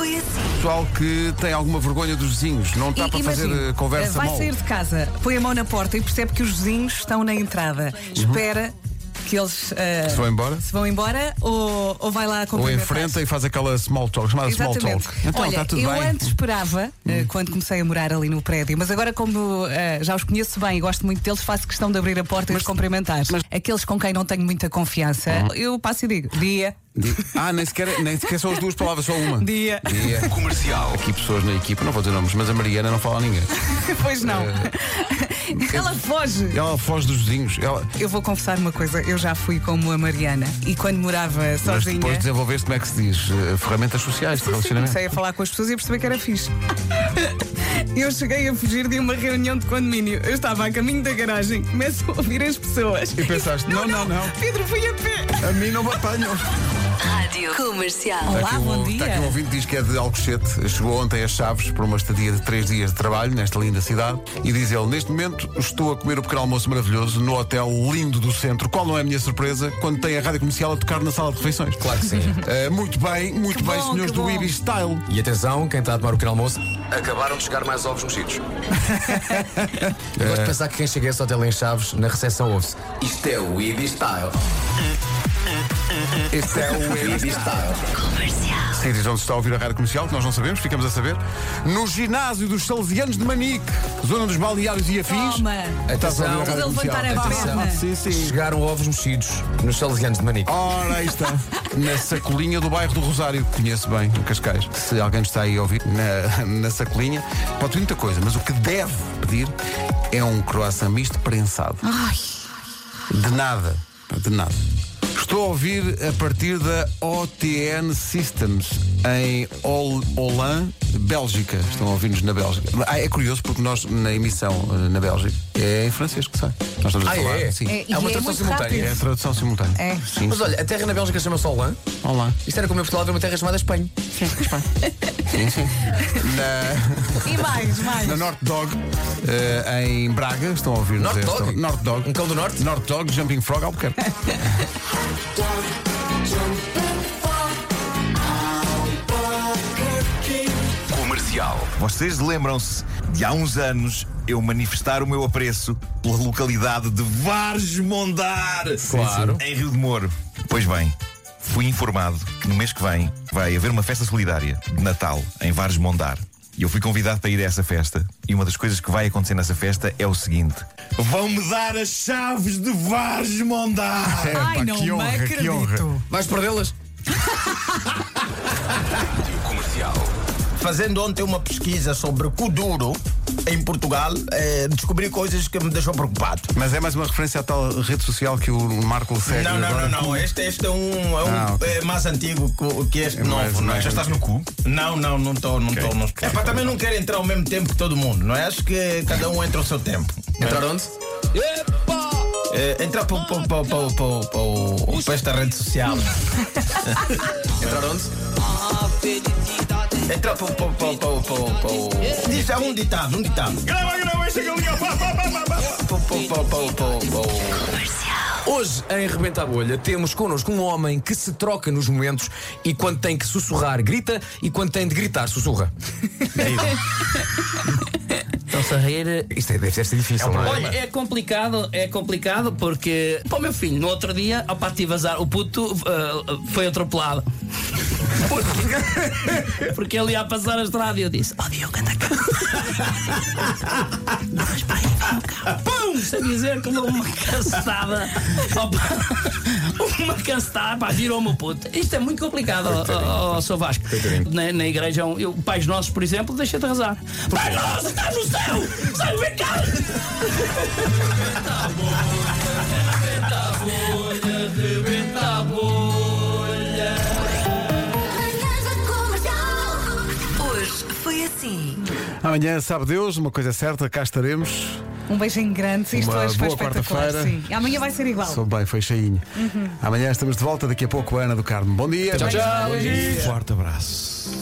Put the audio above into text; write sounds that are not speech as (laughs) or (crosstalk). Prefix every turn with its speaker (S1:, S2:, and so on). S1: assim.
S2: pessoal que tem alguma vergonha dos vizinhos, não está
S3: E-
S2: para fazer
S3: imagine,
S2: eh, conversa
S3: Vai
S2: mal.
S3: sair de casa, põe a mão na porta e percebe que os vizinhos estão na entrada. Espera que eles eh,
S2: Uhum. Se vão embora?
S3: se vão embora ou, ou vai lá
S2: Ou
S3: cumprimentar.
S2: enfrenta e faz aquela small talk, chamada small
S3: Exatamente.
S2: talk. Então,
S3: Olha,
S2: está tudo
S3: eu
S2: bem? Hum.
S3: antes esperava, eh, quando comecei a morar ali no prédio, mas agora, como eh, já os conheço bem e gosto muito deles, faço questão de abrir a porta e os cumprimentar. Aqueles com quem não tenho muita confiança,
S2: Uhum.
S3: eu passo e digo: dia,
S2: Di- Ah, nem sequer, nem sequer são as duas palavras, só uma.
S3: (laughs) dia.
S2: Dia. Comercial. Aqui pessoas na equipa, não vou dizer nomes, mas a Mariana não fala a ninguém.
S3: (laughs) pois não.
S2: Eh,
S3: (laughs) Ela foge.
S2: Ela foge dos vizinhos. Ela...
S3: Eu vou confessar uma coisa, eu já fui como a Mariana e quando morava
S2: Mas
S3: sozinha.
S2: depois desenvolveste, como é que se diz? Eh, Ferramentas sociais de
S3: Sim, sim,
S2: relacionamento.
S3: comecei a falar com as pessoas e a perceber que era fixe. (laughs) Eu cheguei a fugir de uma reunião de condomínio. Eu estava a caminho da garagem, começo a ouvir as pessoas. (laughs)
S2: E pensaste, não, não, não.
S3: Pedro, fui a pé.
S2: A mim não me apanham.
S1: Rádio Comercial.
S3: Olá,
S2: Aqui o-
S3: bom
S2: Está aqui um
S3: dia.
S2: ouvinte que diz que é de Alcochete. Chegou ontem às Chaves por uma estadia de três dias de trabalho nesta linda cidade. E diz ele: Neste momento estou a comer o pequeno almoço maravilhoso no hotel lindo do centro. Qual não é a minha surpresa quando tem a rádio comercial a tocar na sala de refeições? Claro (laughs)
S4: que sim.
S2: muito bem, muito
S3: Que
S2: bem,
S3: bom,
S2: senhores
S3: que
S2: do
S3: bom.
S2: Ibis Style.
S4: E atenção, quem está a tomar o pequeno almoço. Acabaram de chegar mais ovos mexidos. (laughs) Eu gosto de pensar que quem chega a esse hotel em Chaves, na recepção ouve-se. Isto é o Ibis Style.
S2: Este é o Ibis
S4: Ibis Style.
S1: Comercial.
S2: Sítios onde se está a ouvir a rádio comercial, que nós não sabemos, ficamos a saber. No ginásio dos Salesianos de Manique, zona dos balneários e afins.
S3: Toma.
S2: Estás a ouvir a
S4: Atenção.
S2: rádio
S3: Vou levantar
S2: comercial.
S3: a
S2: Atenção. Sim,
S3: perna.
S2: sim.
S4: Chegaram ovos mexidos nos salesianos de Manique.
S2: Ora, aí está. Na sacolinha do bairro do Rosário, que conheço bem, em Cascais. Se alguém nos está aí a ouvir, na, na sacolinha, pode ter muita coisa, mas o que deve pedir é um croissant misto prensado. De nada. De nada. Estou a ouvir a partir da OTN Systems em Ol- Olan, Bélgica. Estão a ouvir-nos na Bélgica. Ah, é curioso porque nós, na emissão eh, na Bélgica, é em francês que sai. Nós estamos a
S4: Ah,
S2: falar.
S4: é?
S2: Sim.
S3: É, e
S4: Há uma
S3: é
S4: tradução
S3: muito
S4: simultânea.
S2: É a
S3: rápido.
S2: tradução simultânea.
S3: É.
S2: Sim.
S4: Mas olha, a terra na Bélgica chama-se Holã.
S2: Olá.
S4: Isto era como em Portugal havia uma terra chamada Espanha.
S2: Sim, sim. Na,
S3: E mais, mais.
S2: na North Dog, eh, em Braga, estão a ouvir
S4: North Dog?
S2: North Dog.
S4: Um cão do norte?
S2: North Dog, Jumping Frog,
S3: (laughs)
S2: Albuquerque.
S5: Comercial. Vocês lembram-se de há uns anos eu manifestar o meu apreço pela localidade de Vares Mondar,
S4: Claro.
S5: em Rio de Moro. Pois bem, fui informado que no mês que vem vai haver uma festa solidária de Natal em Vares Mondar. E eu fui convidado para ir a essa festa. E uma das coisas que vai acontecer nessa festa é o seguinte: vão-me dar as chaves de Vares Mondar!
S3: Ai,
S2: Epá,
S3: não
S2: que
S3: me
S2: honra, que
S3: acredito.
S2: honra.
S4: Vais perdê-las?
S6: Fazendo ontem uma pesquisa sobre Kuduro em Portugal, (laughs) eh, descobri coisas que me deixou preocupado.
S2: Mas é mais uma referência à tal rede social que o Marco segue.
S6: Não, não,
S2: agora.
S6: não, não. Este, este é um, é um
S2: Ah, ok.
S6: eh, mais antigo que, que este novo.
S2: mais-
S6: não é?
S2: mais
S6: Já estás no cu? Não, não, não estou, não estou. É pá, também não quero entrar ao mesmo tempo que todo mundo, não é? Acho que cada um entra ao seu tempo.
S4: Entrar onde?
S6: Eh, entrar para esta rede social.
S4: Entrar onde?
S6: Entrar para o. Diz há um ditado, um ditado.
S5: Grava, grava, chega ali, ó, pá, pá, pá, pá, pá.
S6: Pô, pô, pô, pô, pô, pô.
S4: Hoje, em Rebenta a Bolha, temos connosco um homem que se troca nos momentos e quando tem que sussurrar, grita e quando tem de gritar, sussurra. É (laughs) Estão-se a rir. Isto é- deve ser difícil, não é?
S7: Olha, é complicado, é complicado porque. Para o meu filho, no outro dia, ao pá, tive azar, o puto ah, foi (laughs) atropelado. Porque, porque ele ia passar a estrada e eu disse: Oh Diogo, anda cá. Mas pai, vá cá. Pum! Sem dizer que levou uma cansada. uma cansada, pá, virou-me o puto. Isto é muito complicado, ó, ó, ó, Sr. Vasco. Na, na igreja, um, eu, pais nossos, por exemplo, deixa-te rezar. Pai nosso, estás no céu! Sai do cá!
S1: Hoje foi assim.
S2: Amanhã, sabe Deus, uma coisa é certa, cá estaremos.
S3: Um beijinho grande. Isto
S2: Uma
S3: hoje foi
S2: boa
S3: espetacular.
S2: quarta-feira.
S3: Sim. E Amanhã vai ser igual.
S2: Sou bem, foi cheinho.
S3: Uhum.
S2: Amanhã estamos de volta, daqui a pouco, Ana do Carmo. Bom dia.
S4: Tchau, tchau.
S2: Forte abraço.